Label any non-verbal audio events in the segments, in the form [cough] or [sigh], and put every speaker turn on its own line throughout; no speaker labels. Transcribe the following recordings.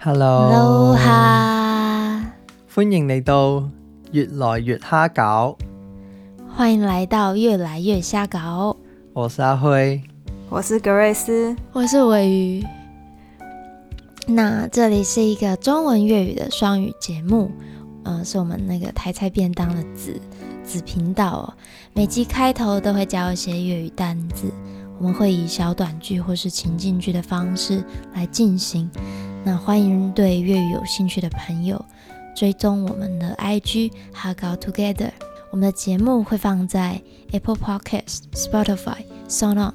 Hello，
楼哈，
欢迎嚟到越來越蝦餃，
欢迎来到越来越瞎搞，
我是阿輝。
我是格瑞斯，
我是尾鱼。那这里是一个中文粤语的双语节目，嗯、是我们那个台菜便当的子子频道哦。每集开头都会教一些粤语单字，我们会以小短剧或是情境剧的方式来进行。那欢迎对粤语有兴趣的朋友追踪我们的 IG 哈搞 Together。我们的节目会放在 Apple Podcast、Spotify、Sound On。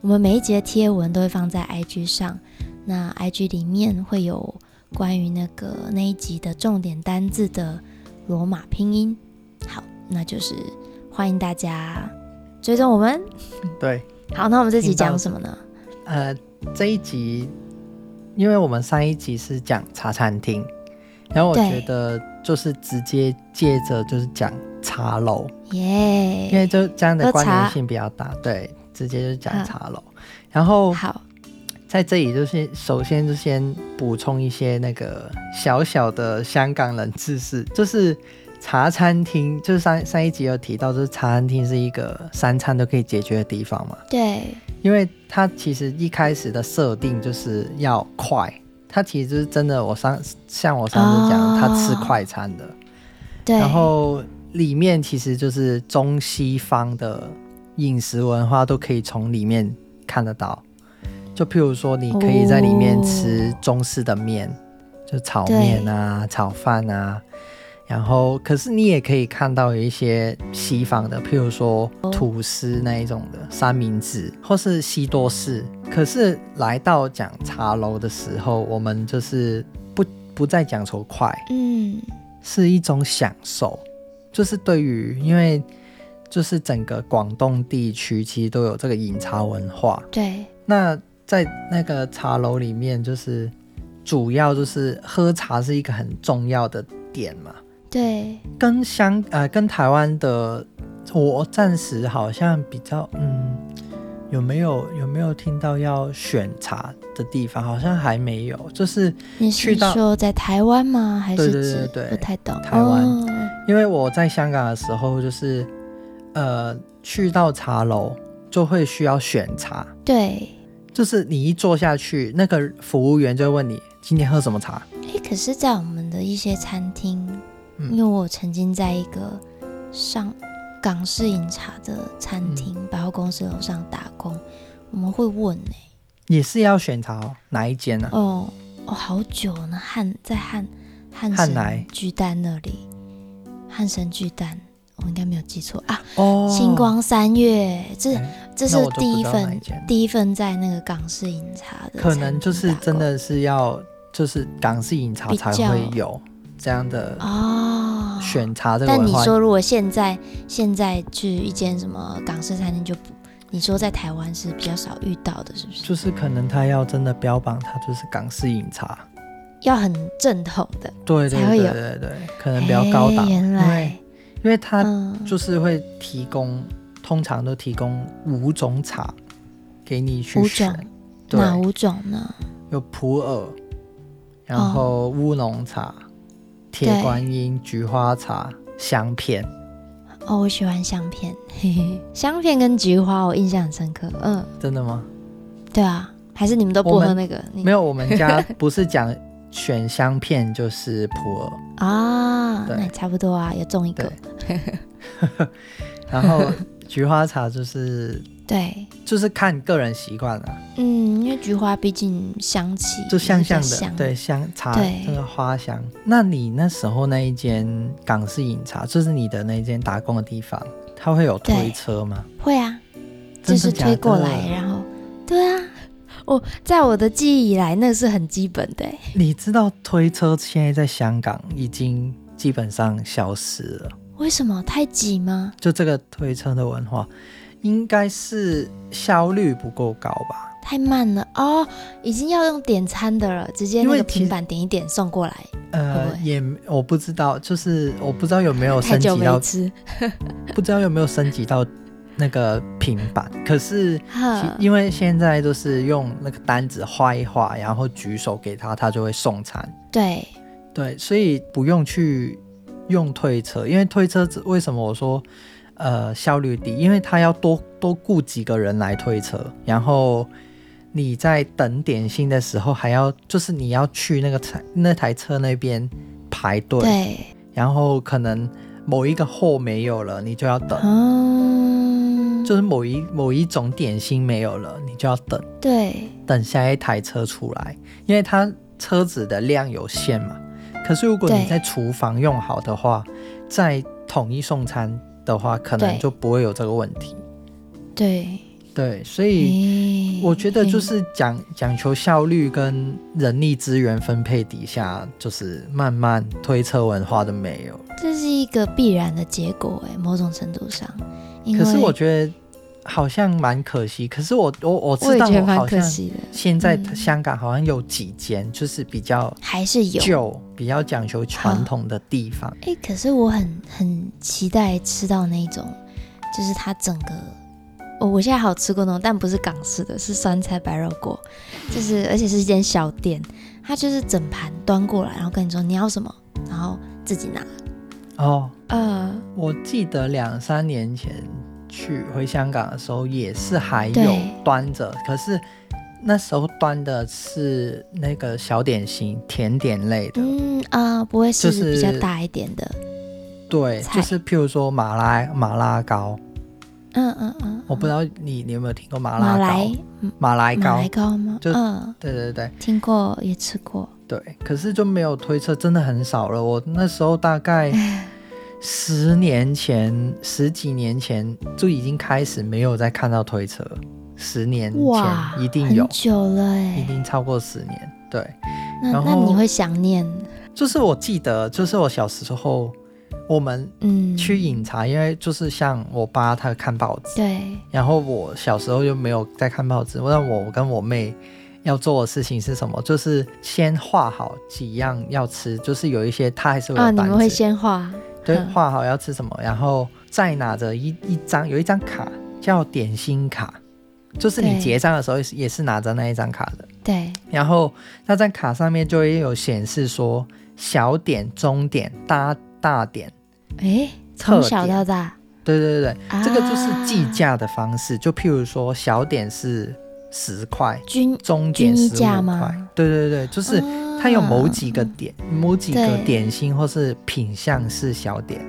我们每一节贴文都会放在 IG 上，那 IG 里面会有关于那个那一集的重点单字的罗马拼音。好，那就是欢迎大家追踪我们。
对，
好，那我们这集
听到
讲什么呢？
呃，这一集，因为我们上一集是讲茶餐厅，然后我
对
觉得就是直接接着就是讲茶楼，因为
耶、
就这样的
喝
关联
茶
性比较大，对，直接就讲
嗯
茶楼。然后
好，
在这里就是首先就先补充一些那个小小的香港人知识，就是茶餐厅，就是上上一集有提到，就是茶餐厅是一个三餐都可以解决的地方嘛，
对，
因为它其实一开始的设定就是要快，它其实就是真的我上像我上次讲，
哦
他吃快餐的，
对，
然后里面其实就是中西方的饮食文化都可以从里面看得到。就譬如说，你可以在里面吃中式的面，就炒面啊、炒饭啊。然后，可是你也可以看到有一些西方的，譬如说吐司那一种的三明治，或是西多士。可是来到讲茶楼的时候，我们就是不不再讲求快，
嗯，
是一种享受，就是对于因为就是整个广东地区其实都有这个饮茶文化。
对，
那在那个茶楼里面，就是主要就是喝茶是一个很重要的点嘛，
对，
跟香呃跟台湾的我暂时好像比较嗯。有没有有没有听到要选茶的地方？好像还没有，就是
你
去
是
到
说在台湾吗？还是
对对
指
对对
不太懂？
台湾
哦
因为我在香港的时候，就是呃去到茶楼就会需要选茶，
对，
就是你一坐下去，那个服务员就会问你今天喝什么茶。
诶，可是，在我们的一些餐厅，
嗯
因为我曾经在一个上港式饮茶的
嗯
餐厅、百货公司楼上打工，我们会问呢、
也是要选茶哦，哪一间呢、
哦，哦，好久呢，汉在汉汉
汉来
神巨蛋那里，汉神巨蛋，我应该没有记错啊。
哦，
星光三月，这
哎，
这是
那我就
第
不
一
知道哪
份
一间，
第一份在那个港式饮茶的餐厅打工，
可能就是真的是要就是港式饮茶才会有这样的
哦。
选茶这个
但
文
你
化。
说如果现在现在去一间什么港式餐厅就不，你说在台湾是比较少遇到的，是不是？
就是可能他要真的标榜他就是港式饮茶，
要很正统的，
对对
才会
对
有
对对，可能比较高档，
哎原
因为
来，
因为它
嗯，
就是会提供，通常都提供五种茶给你去
五
选，
种
对，
哪五种呢？
有普洱，然后乌龙茶、铁
对
观音、菊花茶、香片。
哦，我喜欢香片，嘿嘿，香片跟菊花我印象很深刻。嗯，
真的吗？
对啊，还是你们都
我
不
们
喝那个？你
没有，我们家不是讲选香片就是普
[laughs]
洱，
啊，
对
那也差不多啊，有中一个。
然后菊花茶就是
对，
就是看个人习惯啊了，
嗯，因为菊花毕竟香气
就香香
比较
的，对香茶
对
这个花香。那你那时候那一间港式饮茶，就是你的那一间打工的地方，它会有推
对
车吗？
会啊，
真
就
的
是
假
推过
的
来，然后对啊，我在我的记忆以来，那是很基本的欸、
你知道推车现在在香港已经基本上消失了，
为什么太挤吗？
就这个推车的文化，应该是效率不够高吧？
太慢了哦，已经要用点餐的了，直接
因
那
为
个
其实
平板点一点送过来，
呃
会，不会
也我不知道，就是我不知道有没有
太
升
久
哦级
没
到，
吃。
不知道有没有升级到那个平板，可是其
呵，
因为现在都是用那个单子画一画，然后举手给他，他就会送餐。
对，
对，所以不用去用推车，因为推车子为什么我说呃效率低？因为他要多多雇几个人来推车，然后你在等点心的时候还要就是你要去那个台那台车那边排队，
对，
然后可能某一个货没有了，你就要等。
嗯，
就是某一某一种点心没有了，你就要等
对，
等下一台车出来，因为它车子的量有限嘛。可是如果
对
你在厨房用好的话，在统一送餐的话，可能
对
就不会有这个问题。
对，
对，所以
诶
我觉得就
嘿
是讲讲求效率跟人力资源分配底下，就是慢慢推车文化的哦没有。
这是一个必然的结果，哎，某种程度上，因
可
为
是我觉得好像蛮可惜。可是我我我
我
知
也
道
觉得
我
蛮
好
可
像
惜的，
现在
嗯
香港好像有几间就是比较
还是有。
旧、比较讲求传统的地方。
哎、可是我很很期待吃到那种，就是它整个，哦，我现在好吃过那种，但不是港式的，是酸菜白肉锅，就是而且是一间小店，它就是整盘端过来，然后跟你说你要什么，然后自己拿。嗯
哦，
呃，
我记得两三年前去回香港的时候，也是还有
对
端着，可是那时候端的是那个小点心、甜点类的，
嗯啊、不会
就是是
比较大一点的，
对，
菜
就是譬如说马拉马拉糕，
嗯嗯嗯，
我不知道你你有没有听过马拉
马来
哦糕？马来
马
糕
来，糕吗？
就
嗯，
对对对
听过也吃过，
对，可是就没有推测，真的很少了。我那时候大
[laughs]
概十年前、十几年前就已经开始没有再看到推车，十年
哇，
前一定有
很，久了
一
哎，
定超过十年。对，
那
然
那
后
你会想念？
就是我记得，就是我小时候我们
嗯，
去饮茶，因为就是像我爸他看报纸，
对，
然后我小时候就没有在看报纸，那我跟我妹要做的事情是什么？就是先画好几样要吃，就是有一些它还是会
啊，
有
你
单
们会
子，
先画，
对，
嗯
画好要吃什么，然后再拿着一一张有一张卡叫点心卡，就是你
对
结账的时候也是也是拿着那一张卡的，
对，
然后那张卡上面就会有显示说小点、中点、大大点。
哎，
特
从小
点
到大，
对对对对，
啊
这个就是计价的方式。就譬如说，小点是十块，
均
中点
均一
十
价
五块
吗。
对对对，就是
啊嗯
它有某几个点、某几个
对
点心或是品相是小点，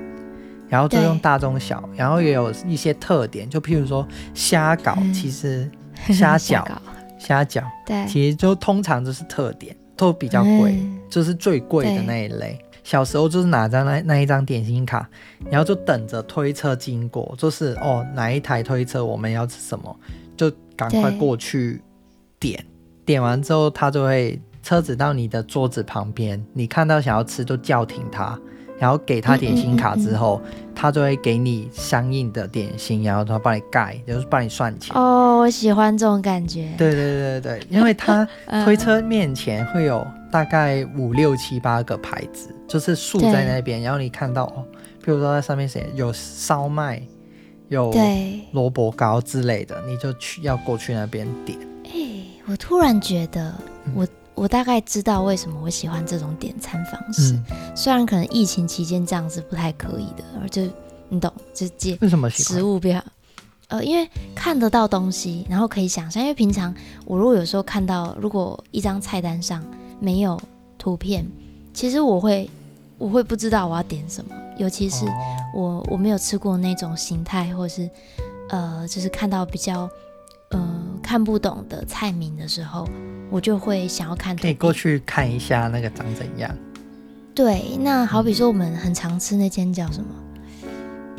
然后就
对
用大中小，然后也有一些特点，就譬如说虾饺，
嗯
其
[laughs]
实虾饺、
搞
虾饺
对，
其实就通常就是特点，都比较贵。
嗯
就是最贵的
对
那一类。小时候就是拿着那那一张点心卡，然后就等着推车经过，就是哦哪一台推车我们要吃什么，就赶快
对
过去点。点完之后，它就会车子到你的桌子旁边，你看到想要吃就叫停它，然后给他点心卡之后，
嗯
他就会给你相应的点心，然后他帮你盖，就是帮你算钱。
哦，我喜欢这种感觉，
对对对对对，因为他。
嗯
推车面前会有大概五六七八个牌子，就是竖在那边，然后你看到哦，比如说在上面写有烧麦，有
对，
萝卜糕之类的，你就去要过去那边点。
哎，我突然觉得
嗯
我。我大概知道为什么我喜欢这种点餐方式，，
嗯
虽然可能疫情期间这样是不太可以的，而就你懂，就借
为什么喜
食
欢？
物不要，呃，因为看得到东西，然后可以想象。因为平常我如果有时候看到，如果一张菜单上没有图片，其实我会我会不知道我要点什么，尤其是
哦
我我没有吃过那种形态，或是呃，就是看到比较呃看不懂的菜名的时候，我就会想要看图
可以
片。
过去看一下那个长怎样。
对，那好
嗯
比说我们很常吃那间叫什么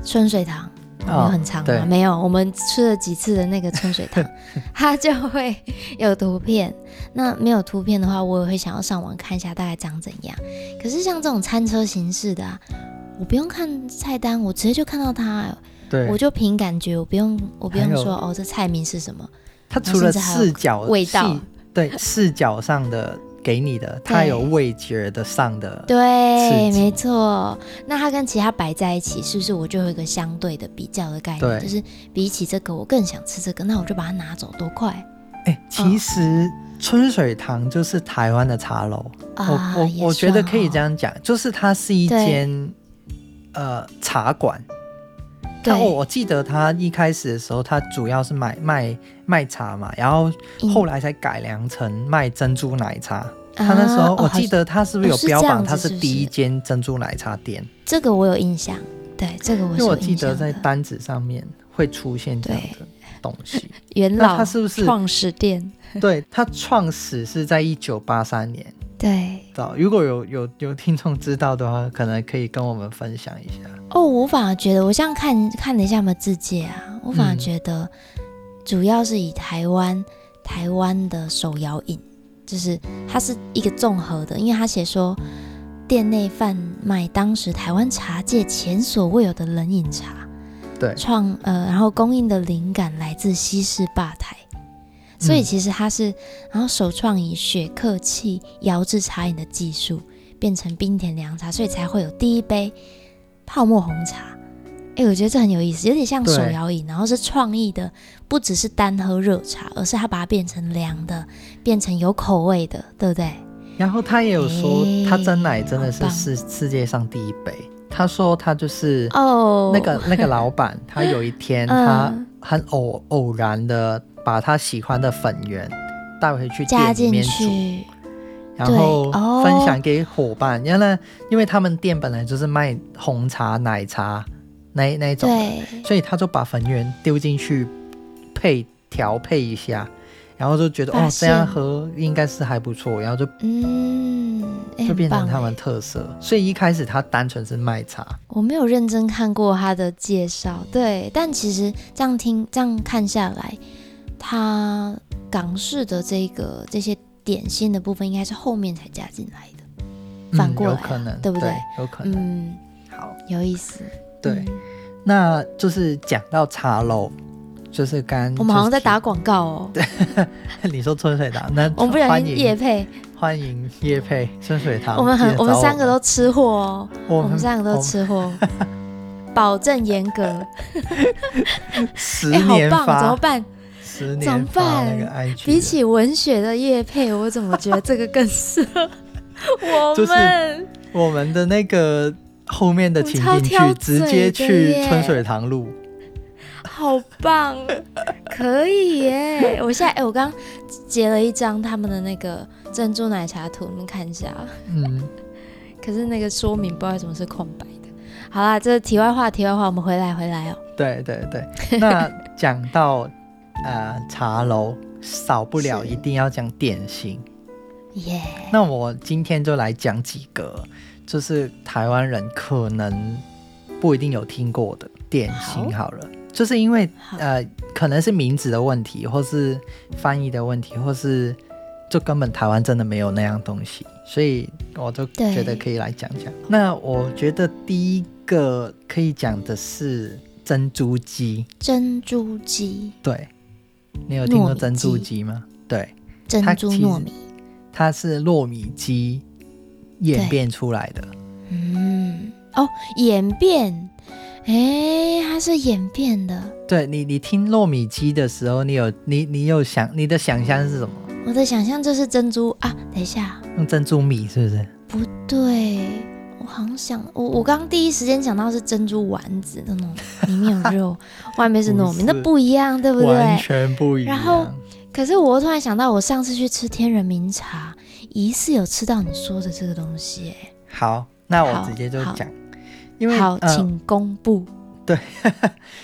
春水堂。有
哦
很长
对
吗？没有，我们吃了几次的那个春水
[laughs]
堂，它就会有图片。那没有图片的话，我也会想要上网看一下大概长怎样。可是像这种餐车形式的、啊，我不用看菜单，我直接就看到它、啊
对，
我就凭感觉，我不用我不用
还有
说哦，这菜名是什么？
它除了
甚至还有
视角
[laughs] 味道
细，对视角上的给你的，它
对
有味觉的上的，
对，
刺激
没错。那它跟其他摆在一起，是不是我就有一个相对的比较的概念？
对
就是比起这个，我更想吃这个，那我就把它拿走，多快
哎、其实
嗯
春水堂就是台湾的茶楼，
啊！
我
也
我我觉得
算
可以
哦
这，样讲，就是它是一
对
间呃茶馆。
哦对
但我我记得它一开始的时候，它主要是卖卖卖茶嘛，然后
嗯
后来才改良成卖珍珠奶茶。
啊
他那时候、
哦
我
好
记得他是不是有
哦是
标
这样
榜
子
他
是不是
第一间珍珠奶茶店？
这个我有印象，对，这个我
因
是
为
有
我记
印象
得在
的。
单子上面会出现这样的东西。
元
那
老
他是不是
创始店？
对，它创始是在一九八三年。
对
到如果有有有听众知道的话，可能可以跟我们分享一下。
哦，我反而觉得，我这样看看了一下我们字界啊，我反而
嗯
觉得主要是以台湾台湾的手摇饮，就是它是一个综合的，因为他写说店内贩卖当时台湾茶界前所未有的冷饮茶，
对
创呃，然后供应的灵感来自西式吧台。所以
嗯
其实它是，然后首创以雪克器摇制茶饮的技术，变成冰甜凉茶，所以才会有第一杯泡沫红茶。哎、我觉得这很有意思，有点像
对
手摇饮，然后是创意的，不只是单喝热茶，而是它把它变成凉的，变成有口味的，对不对？
然后他也有说，
哎
他真奶真的
好
是
棒
世世界上第一杯。他说他就是
哦，
那个、那个老板，他有一天他
[laughs] 嗯
很偶偶然的把他喜欢的粉圆带回去店
加
里
进
面煮，
去，
然后
对哦
分享给伙伴。原来因为他们店本来就是卖红茶、奶茶那那一种的，
对，
所以他就把粉圆丢进去配调配一下，然后就觉得哦
发
这样
现
喝应该是还不错，然后就
嗯，哎
就变成
很棒
他们
哎
特色。所以一开始他单纯是卖茶，
我没有认真看过他的介
嗯
绍，对，但其实这样听这样看下来，他港式的这个这些点心的部分应该是后面才加进来的，
嗯
反过来
有
啊
可能
对不对
有可能。
嗯，
好，
有意思，
对。
嗯
那就是讲到茶楼，就是刚
我们好像在打
就
广告哦，
是 [laughs] 你说春水堂，那
我们不小
欢
心夜
迎
配，
欢迎叶配春水堂，
我们
记
很
得
我们
找
三个都吃货哦，
我
我们三个都吃货， [laughs] 保证严格，
我们十
哎，好
年
棒，怎么
发
办？
十
怎么
年发那
办
个 IG，
比起文学的叶配，我怎么觉得这个更适
[laughs]
合我
就是
们？
我们的那个后面的
我们
情
超
景
挑
剧，直接
嘴的
去
耶
春水堂录。
好棒，可以耶！我现在哎、我刚截了一张他们的那个珍珠奶茶图，你们看一下。啊
嗯，
可是那个说明不知道为什么是空白的。好啦，这题外话，题外话，我们回来回来哦。
对对对。 [laughs] 那讲到呃茶楼，少不了
是
一定要讲点心。
耶、
那我今天就来讲几个，就是台湾人可能不一定有听过的点心好了，就是因为
好
呃，可能是名字的问题，或是翻译的问题，或是就根本台湾真的没有那样东西，所以我就
对
觉得可以来讲讲。那我觉得第一个可以讲的是珍珠鸡，
珍珠鸡、
对你有听
糯
过
米
珍珠
鸡
鸡吗？对，
珍
它
珠
其实
糯米，
它是糯米鸡演
对
变出来的。
嗯，哦，演变，哎、它是演变的。
对你，你听糯米鸡的时候，你有你你有想你的想象是什么？
我的想象就是珍珠啊，等一下，
用珍珠米是不是？
不对，我好像想，我我刚第一时间想到是珍珠丸子那种，里面有
[laughs]
肉，外面是糯米，
不
那
是
不一样，对不
完
对？
全不一样。
然后可是我又突然想到，我上次去吃天人茗茶，疑似有吃到你说的这个东西，
好，那我
好
直接就
好
讲，因为
哎，好，
呃
请公布。
对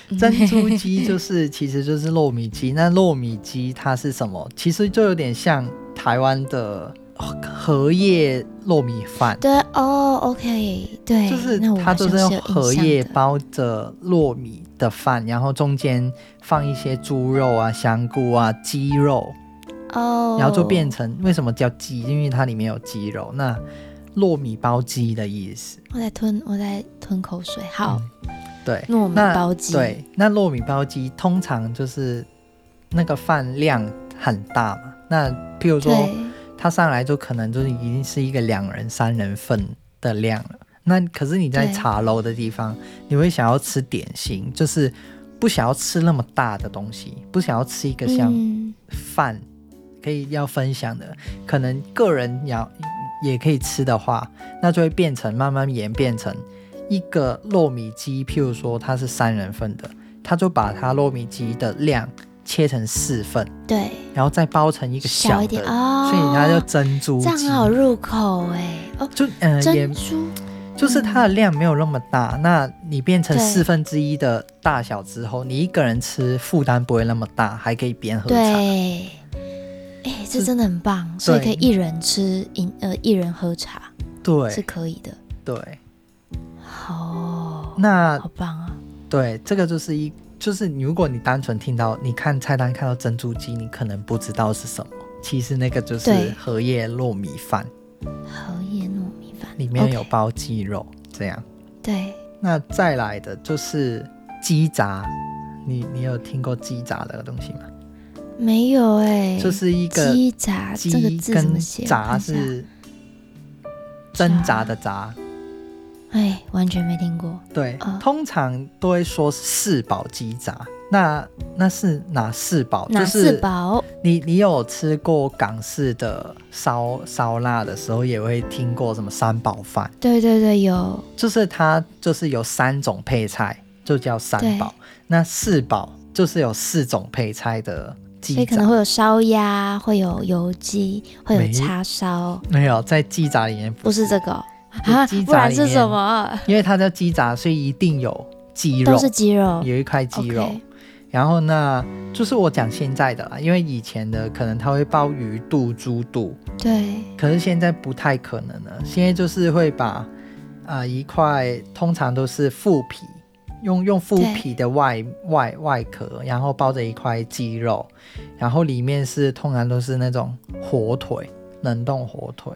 嗯，
珍珠鸡就是其实就是糯米鸡，那糯米鸡它是什么？其实就有点像台湾的哦荷叶糯米饭，
对哦，OK，对，
就是
哎那我
它
好
就
像是
用
有印
荷
象
叶
的
包着糯米的饭，然后中间放一些猪肉啊、香菇啊、鸡肉。
哦，
然后就变成为什么叫鸡？因为它里面有鸡肉，那糯米包鸡的意思。
我在吞，我在吞口水。好，
对，
糯米
嗯那
包鸡，
对，那糯米包鸡通常就是那个饭量很大嘛。那譬如说
对
它上来就可能就是已经是一个两人、三人份的量了。那可是你在
对
茶楼的地方，你会想要吃点心，就是不想要吃那么大的东西，不想要吃一个像
嗯，
饭可以要分享的，可能个人要也可以吃的话，那就会变成慢慢演变成一个糯米鸡，譬如说它是三人份的，它就把它糯米鸡的量切成四份，
对，
然后再包成一个
小
的，
一点哦，
所以它叫珍珠
这样
鸡
很。好入口哎、哦，
就嗯、呃，也
珍嗯珠
就是它的量没有那么大，那你变成
对
四分之一的大小之后，你一个人吃负担不会那么大，还可以边喝茶。
对，哎、这
是
真的很棒，所以可
对
以一人吃饮呃一人喝茶
对
是可以的，
对，
好，
那
好棒啊！
对，这个就是一，就是如果你单纯听到，你看菜单看到珍珠鸡，你可能不知道是什么，其实那个就是
对
荷叶糯米饭，
荷叶糯米饭
里面有
OK，
包鸡肉这样。
对，
那再来的就是鸡杂，你你有听过鸡杂的东西吗？
没有哎、
就是一个
鸡杂
鸡
这个字怎么
跟
写？我
杂
看一下
是挣扎的杂，
哎，完全没听过。
对
啊，
通常都会说是四宝鸡杂。那那是哪四宝？
哪
就
四
是
宝？
你你有吃过港式的烧烧腊的时候，也会听过什么三宝饭，
对对对，有
就是它就是有三种配菜，就叫三宝。那四宝就是有四种配菜的鸡
所以可能
杂
会，有烧鸭，会有油鸡，会有
没
叉烧，
没有在鸡杂里面
不是这个哦
有
啊
鸡，
不
杂
然
里
是
面
什么？
因为它叫鸡杂，所以一定有鸡肉
都，是鸡肉，
有一块鸡肉。
OK
然后那就是我讲现在的啦，因为以前的可能它会包鱼肚、猪肚，
对，
可是现在不太可能了。现在就是会把啊、呃一块，通常都是腹皮，用用腹
对
皮的外外外壳，然后包着一块鸡肉，然后里面是通常都是那种火腿，冷冻火腿，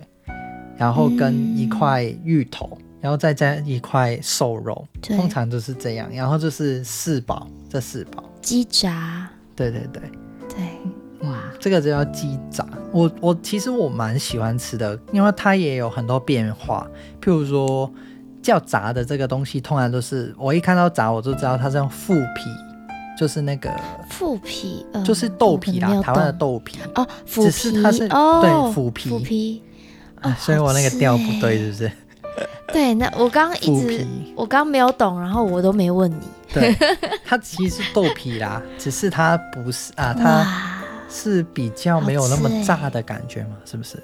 然后跟一
嗯
块芋头，然后再加一块瘦肉，
对
通常都是这样。然后就是四宝，这四宝，
鸡杂，
对对对。
对，
哇，这个就叫鸡杂。我我其实我蛮喜欢吃的，因为它也有很多变化。譬如说，叫杂的这个东西，通常都是我一看到杂，我就知道它是用腐皮，就是那个
腐皮，呃
就是豆皮
我可能没
啦，
有
台湾的
懂
豆皮。
哦，腐
只是它是
皮哦，
对腐皮
腐皮，
啊， [laughs] 所以我那个调不对，是
哦好欸
不
[laughs]
是？
对，那我刚刚一
腐
直，
皮，
我刚没有懂，然后我都没问你，
对，它其实是豆皮啦，只是它不是啊，它
哇，
是比较没有那么
好吃欸
炸的感觉嘛，是不是？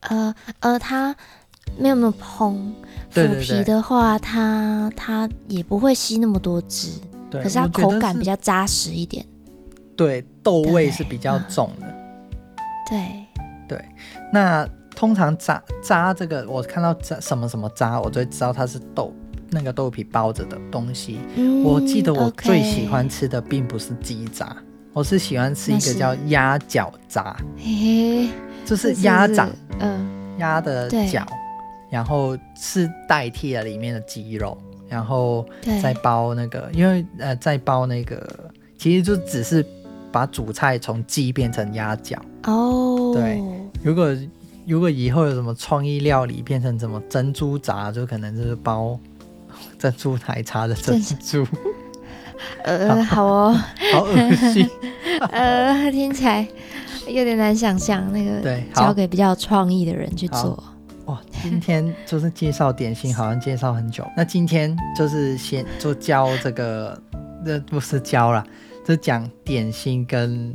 呃呃，它没有那么蓬，
对
腐
对
皮
对
的话，它它也不会吸那么多汁，
对，
可是它
我觉得
口感
是
比较扎实一点，
对，豆
对
味是比较
嗯
重的。
对，
那通常渣渣这个，我看到渣什么什么渣，我就会知道它是豆那个豆皮包着的东西。
嗯
我记得我
OK
最喜欢吃的并不是鸡杂，我是喜欢吃一
那
个
是
叫鸭脚杂，
嘿嘿，
就是鸭掌
是，是嗯，
鸭的
对
脚，然后是代替了里面的鸡肉，然后
嗯对，
再包那个，因为呃再包那个，其实就只是把主菜从鸡变成鸭脚。
哦，
对如果如果以后有什么创意料理变成什么珍珠炸，就可能就是包 [laughs] 珍珠奶茶的珍珠，
呃，好哦，
[laughs]
[laughs]
好恶心。
呃，听起来有点难想象，那个
对，
交
好
给比较有创意的人去
好
做。
哇，今天就是介绍点心，好像介绍很久。那今天就是先就教这个，这不是教啦，就讲点心跟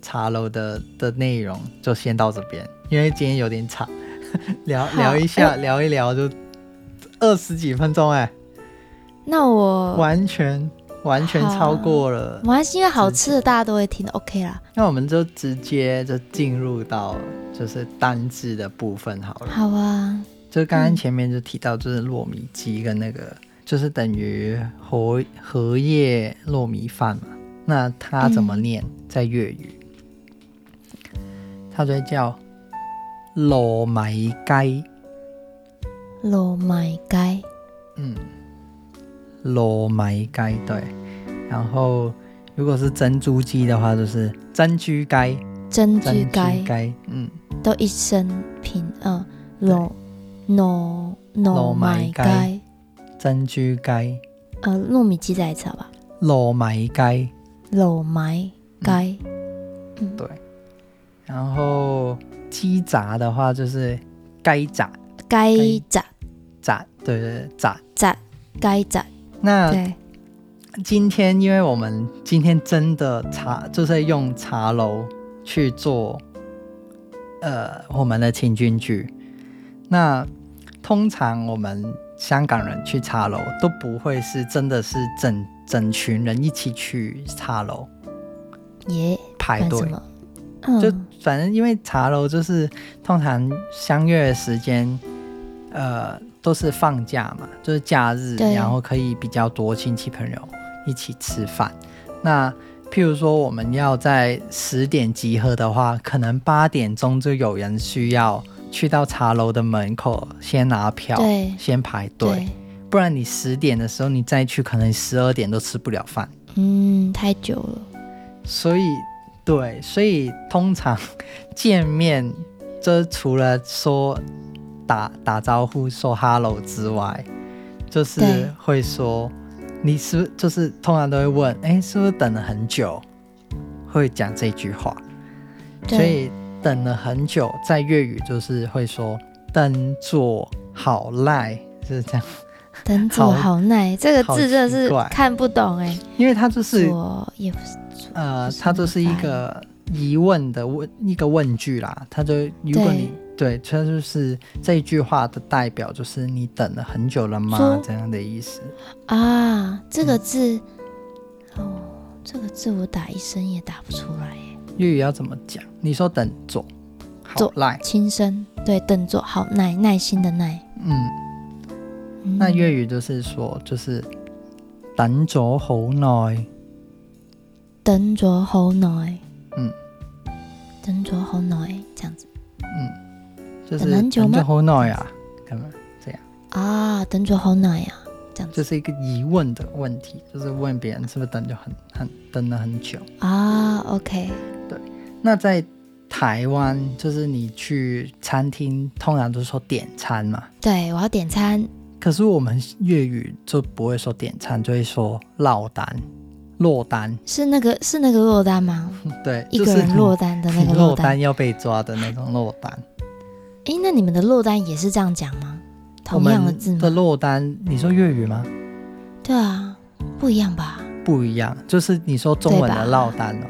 茶楼的的内容，就先到这边，因为今天有点吵， [laughs] 聊
好
聊一下，
哎
聊一聊就二十几分钟哎、
那我
完全完全超过了。
我还是因为好吃的大家都会听，OK 啦。
那我们就直接就进入到就是单字的部分好了。
好啊，
就刚刚
嗯
前面就提到，就是糯米鸡跟那个就是等于荷荷叶糯米饭嘛。那它怎么念在粤语？它就会叫糯米鸡，
糯米鸡，
嗯，糯米鸡对。然后如果是珍珠鸡的话，就是珍珠鸡。
珍珠
珍珠
鸡，
鸡，嗯，
都一生呃平安。罗 no no 买
my
该，
珍珠街、
呃，糯米鸡再一次好吧？
糯米街，
罗买该，
嗯然后鸡杂的话就是该杂
该
该
炸
杂，对对对杂。
炸该炸，
那
对，
今天因为我们今天真的茶就是用茶楼去做，呃，我们的情景剧。那通常我们香港人去茶楼都不会是真的是整整群人一起去茶楼
耶，
排
玩
队
什，么？嗯，
就反正因为茶楼就是通常相约的时间，呃，都是放假嘛，就是假日，
对
然后可以比较多亲戚朋友一起吃饭。那譬如说我们要在十点集合的话，可能八点钟就有人需要去到茶楼的门口先拿票，
对
先排队
对，，
不然你十点的时候你再去，可能十二点都吃不了饭。
嗯，太久了，
所以，对，所以通常见面，这除了说打打招呼、说 hello 之外，就是
对
会说你是不是就是通常都会问，哎，是不是等了很久？会讲这句话，所
对，
以等了很久，在粤语就是会说等坐好赖，就是这样，
等左
好
好耐，这个
好
字真的
奇
是
怪
看不懂哎，
因为它就是
左也不是左，
呃
不，是
它
那
就
个
是一
发音
个疑问的问一个问句啦。它就如果你对，它就是这一句话的代表，就是你等了很久了吗
说？
这样的意思。
啊，这
嗯
个字，哦，这个字我打一声也打不出来耶，
粤语要怎么讲？你说等坐，好
坐
来，
轻声，对，等坐，好耐，耐心的耐。
嗯，
嗯
那粤语就是说，就是等咗好耐，
等咗好耐，
嗯，
等咗好耐，这样子
嗯，就是
等很
等
久吗
咗好耐啊，咁样这样，
啊，等咗好耐啊，这样
这
子
是一个疑问的问题，就是问别人是不是等咗很很等了很久。
啊，OK，
那在台湾，就是你去餐厅，通常都是说点餐嘛。
对我要点餐，
可是我们粤语就不会说点餐，就会说落单，落单。 [laughs]
是那个是那个落单吗？
对，
一
就
个
是
人落单的那
你
个
落
落
单
单。
要被抓的那种落单。
诶，那你们的落单也是这样讲吗？
我
同样的
们
字
的
吗？
落单，你说粤语吗？
对啊，不一样吧？
不一样，就是你说中文的
对吧
落单嘛。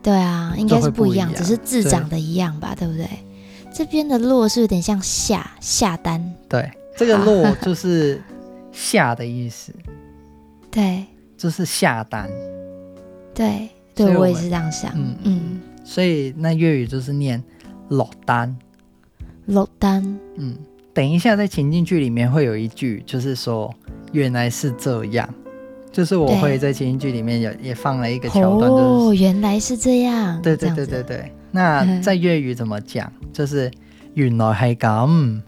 对啊，应该
就会
是
不
不
一
一样，
样
只是字
对啊
长得一样吧，对不对？这边的落是有点像下下单，
对，这个落就是下的意思，
对
就是下单。
对
所以
对，
我
我也
们
是这样想，
嗯
嗯，
所以那粤语就是念落单。
落单，
嗯，等一下，在情境剧里面会有一句，就是说原来是这样，就是我
对
会在情境剧里面有也放了一个桥段，就是、
哦，原来是这样，
对
这
对
样
对对
子，
对。那在粤语怎么讲？就是原来系咁，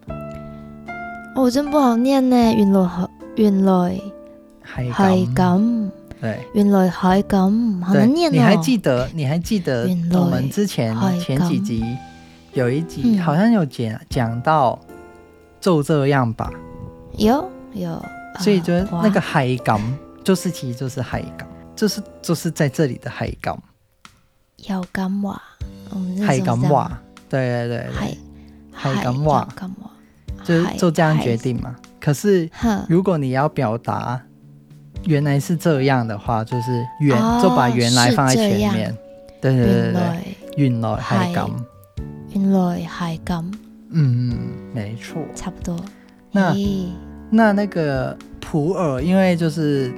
哦我真不好念呢，原来好原来
系咁，
係咁，
对。
原来係咁，好
对，
难念哦。
你还记得？你还记得
原来
我们之前
系
前几
咁
集有一集
嗯
好像有讲讲到就这样吧，
有有，
所以
呃
就是
哇
那个海港，就是其实就是海港，就是就是在这里的海港，
有咁話，我们那
海
时候
港
是这样
话，对对对
海
海咁話
咁話，
对，就是就这样决定嘛。可是
哼，
如果你要表达原来是这样的话，就是原、
哦
就把原来放在前面，对对对
原
对，
來
原来海港，
原來係咁，
嗯，嗯没错。
差不多。
那
咦
那那个普洱，因为就是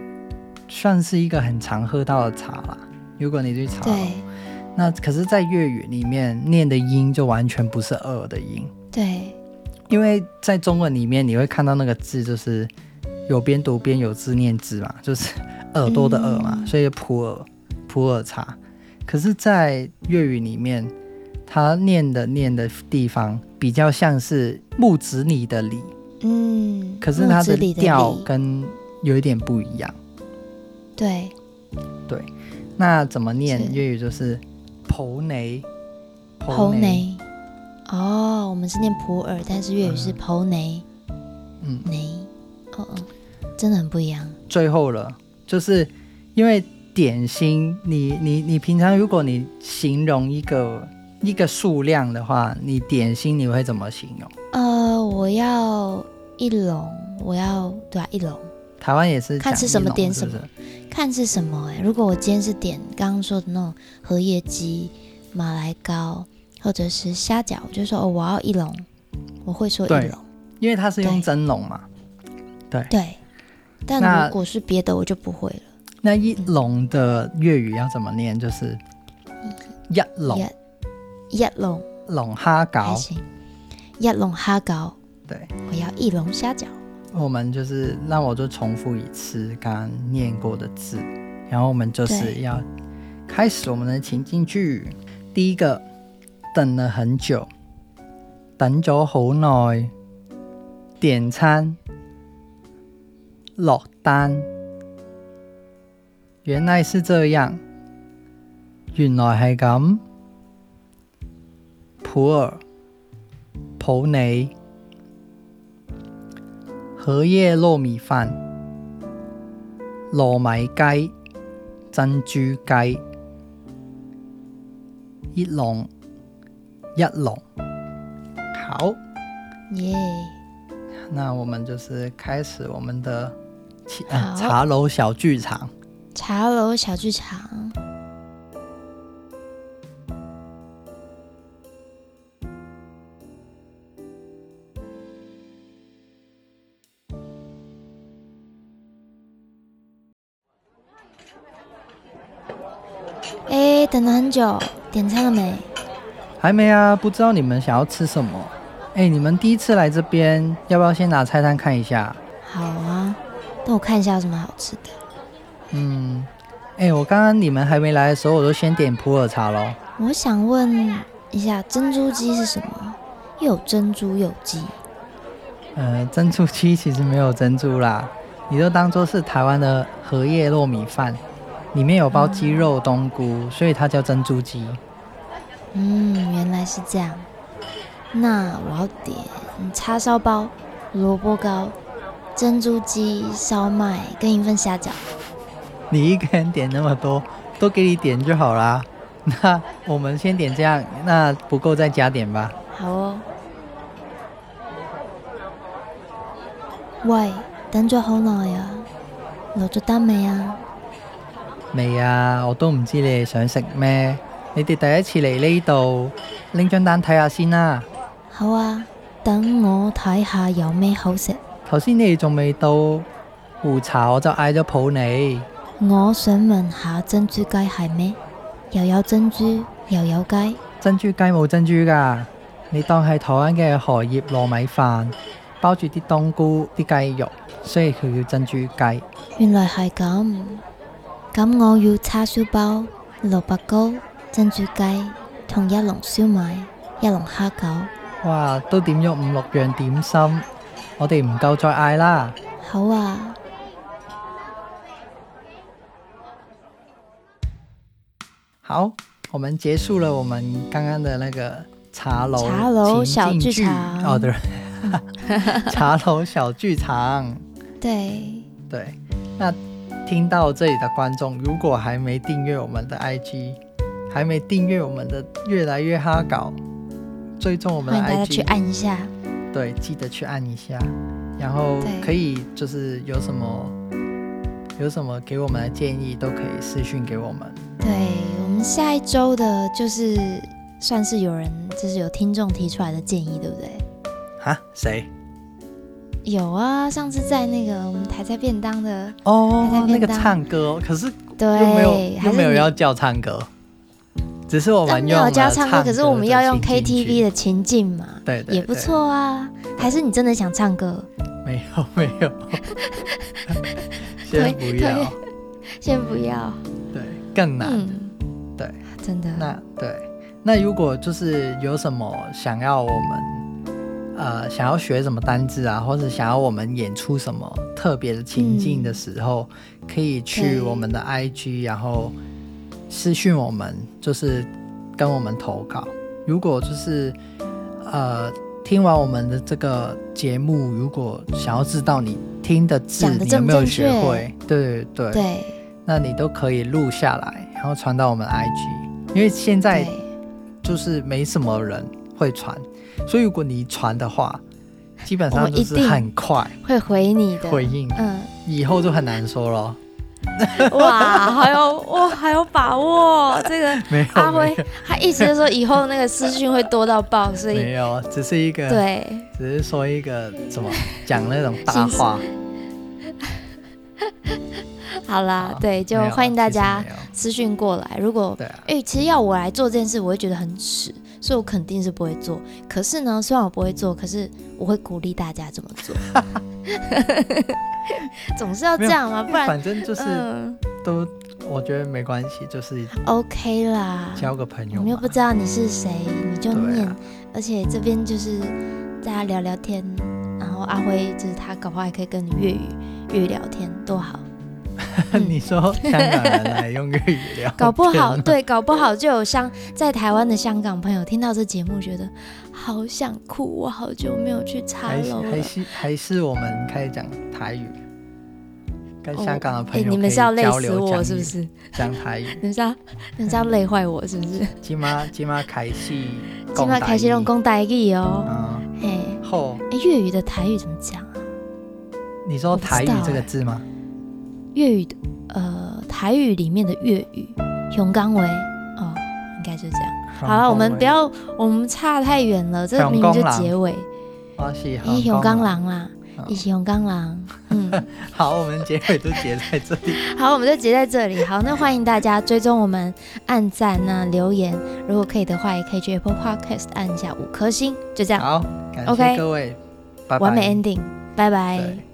算是一个很常喝到的茶啦。如果你去茶楼
对
那可是，在粤语里面念的音就完全不是“二”的音，
对
因为在中文里面你会看到那个字就是有边读边有字念字嘛，就是耳朵的耳嘛，
嗯
所以普洱普洱茶。可是，在粤语里面，它念的念的地方比较像是木子李的李，
嗯，
可是
木
它
子
的
李的
调
李
跟有一点不一样。
对
那怎么念
是
粤语就是“婆内”，
侯
内，
内哦，我们是念普洱，但是粤语是普内
嗯，
内，哦哦，真的很不一样。
最后了，就是因为点心，你你你平常如果你形容一个一个数量的话，你点心你会怎么形容？
呃，我要一笼，我要对啊一笼，
台湾也是
看
讲
吃什么
一笼
点
是不
什
是
看是什么哎、如果我今天是点刚刚说的那种荷叶鸡、马来糕或者是虾饺，我就说哦我要一笼，我会说一
对
笼。
因为它是用
对
蒸笼嘛。
对，但
那
如果是别的我就不会了。
那一笼的粤语要怎么念？就是一笼
一一笼
笼虾
还
饺，
行，一笼虾饺，
对
我要一笼虾饺。
我们就是让我就重复一次刚刚念过的字，然后我们就是
对
要开始我们的情境剧。第一个，等了很久，等咗好耐，点餐，落单，原来是这样，原来係咁，普洱，普洱。荷叶糯米饭、糯米雞、珍珠雞、一籠一籠。好，
耶、
那我们就是开始我们的起、呃
好
茶楼小剧场。
茶楼小剧场。哎，等了很久，点餐了没？
还没啊，不知道你们想要吃什么？哎，你们第一次来这边，要不要先拿菜单看一下？
好啊，那我看一下有什么好吃的。
嗯，哎，我刚刚你们还没来的时候，我就先点普洱茶喽。
我想问一下，珍珠鸡是什么？又有珍珠又有鸡，
呃，珍珠鸡其实没有珍珠啦，你就当做是台湾的荷叶糯米饭，里面有包鸡肉、冬菇，所以它叫珍珠鸡。
嗯，原来是这样。那我要点叉烧包、萝卜糕、珍珠鸡、烧麦跟一份虾饺。
你一个人点那么多， [laughs] 都给你点就好啦。 [laughs] 那我们先点这样，那不够再加点吧。
好哦。喂，等咗好耐啊，落咗單未啊？
未啊，我都唔知你哋想食咩。你哋第一次嚟呢度，拎張單睇下先啦。
好啊，等我睇下有咩好食。
頭先你哋仲未到壺茶，我就嗌咗普洱。
我想問下珍珠雞係咩？又有珍珠又有雞，
珍珠雞冇珍珠噶，你當係台灣嘅荷葉糯米飯，包住啲冬菇、啲雞肉，所以佢叫珍珠雞。
原來係咁。咁我要叉燒包、蘿蔔糕、珍珠雞同一籠燒賣、一籠蝦餃。
哇，都點咗五六樣點心，我哋唔夠再嗌啦。
好啊，
好，我們結束了我們剛剛的那個茶樓
茶
情境
樓小劇場
哦，對， [laughs] 茶樓小劇場。
對，
对，那听到这里的观众，如果还没订阅我们的 IG，还没订阅我们的越来越哈搞，追踪我们
歡
的
迎大家
IG，
去按一下。
对，记得去按一下，然后
对
可以就是有什么有什么给我们的建议，都可以私讯给我们。
对我们下一周的，就是算是有人，就是有听众提出来的建议，对不对？
哈，谁？
有啊，上次在那个我们台菜便当的，
哦，那
便
个
当
唱歌，可是又没
对，
有
还
又没
是
有
你
要叫唱歌，只是我
但
们
没
用
有教
了
唱歌，可是我们
的
要用
情景剧
KTV 的情境嘛，
对对
也不
对
错啊。还是你真的想唱歌？
没有没有， [laughs] 先不要，
先不要，
对，更难。
嗯，
对，
真的，
那对，那如果就是有什么想要我们呃想要学什么单字啊，或者想要我们演出什么特别的情境的时候，可以去
嗯对
我们的 IG，然后私讯我们，就是跟我们投稿。如果就是呃，听完我们的这个节目，如果想要知道你听的字
讲
你
得
有
正不
没有
正
学
确
会，对对对，
对
那你都可以录下来，然后传到我们 IG，因为现在
对
就是没什么人会传，所以如果你传的话，基本
我
上
们
就
一
是
定
很快
会回你的
回应，
嗯，
以后就很难说了。
哇，
[laughs]
好有哇，好有把握！这个
没有，
嗯阿
没
辉
有，
他一直就说以后那个私讯会多到爆，所
没
以
有，只是一个，
对
只是说一个怎么讲那种大
[laughs]
话，
好
好，
啦啊对，就
没有
欢迎大家
其实没有
私讯过来。如果
对啊，
哎、其实要我来做这件事，我会觉得很耻，所以我肯定是不会做。可是呢，虽然我不会做，可是我会鼓励大家这么
[laughs]
做。 [laughs] 总是要这样嘛，不然
反正就是
嗯
都，我觉得没关系，就是
，OK 啦。
交个朋
我
友
们又
嘛
不。知道你是谁，你就
对啊
念。而且这边就是大家聊聊天，然后阿辉就是他，搞不好还可以跟你粤语粤语聊天，
[laughs]
多好。嗯
[laughs] 你啊说香港人来用粤语聊天，
搞不好对，搞不好就有香在台湾的香港朋友听到这节目，觉得好想哭，我好久没有去茶
还是
楼了
还。是还是我们开始讲台语，跟
哦
香港的朋
哎
友、
你们是要累死我是不？是？
[laughs] 讲台语，
你们是要你们是要累坏我是不
[laughs]
是？
今晚今晚开始，
[laughs] 今晚开始用，公台语哦。
嗯，
嘿，
后
哎，粤语的台语怎么讲啊？
你说
我不知
台语
道
这个
哎
字吗？
粤语的呃台语里面的粤语，熊刚维哦，应该就是这样。好了，我们不要我们差太远了，这明明就
熊刚狼
结尾。
我是
咦，
红
熊
刚
刚
狼。哦
狼啦
好，
一起熊刚狼，嗯。
嗯好，我们结尾就结在这里。
好，我们就截在这里。好，那欢迎大家追踪我们，按赞啊，留言，如果可以的话，也可以去 Apple Podcast [laughs] 按一下五颗星，就这样，
好，感谢
OK
各位，拜拜。
完美 ending，拜拜。
对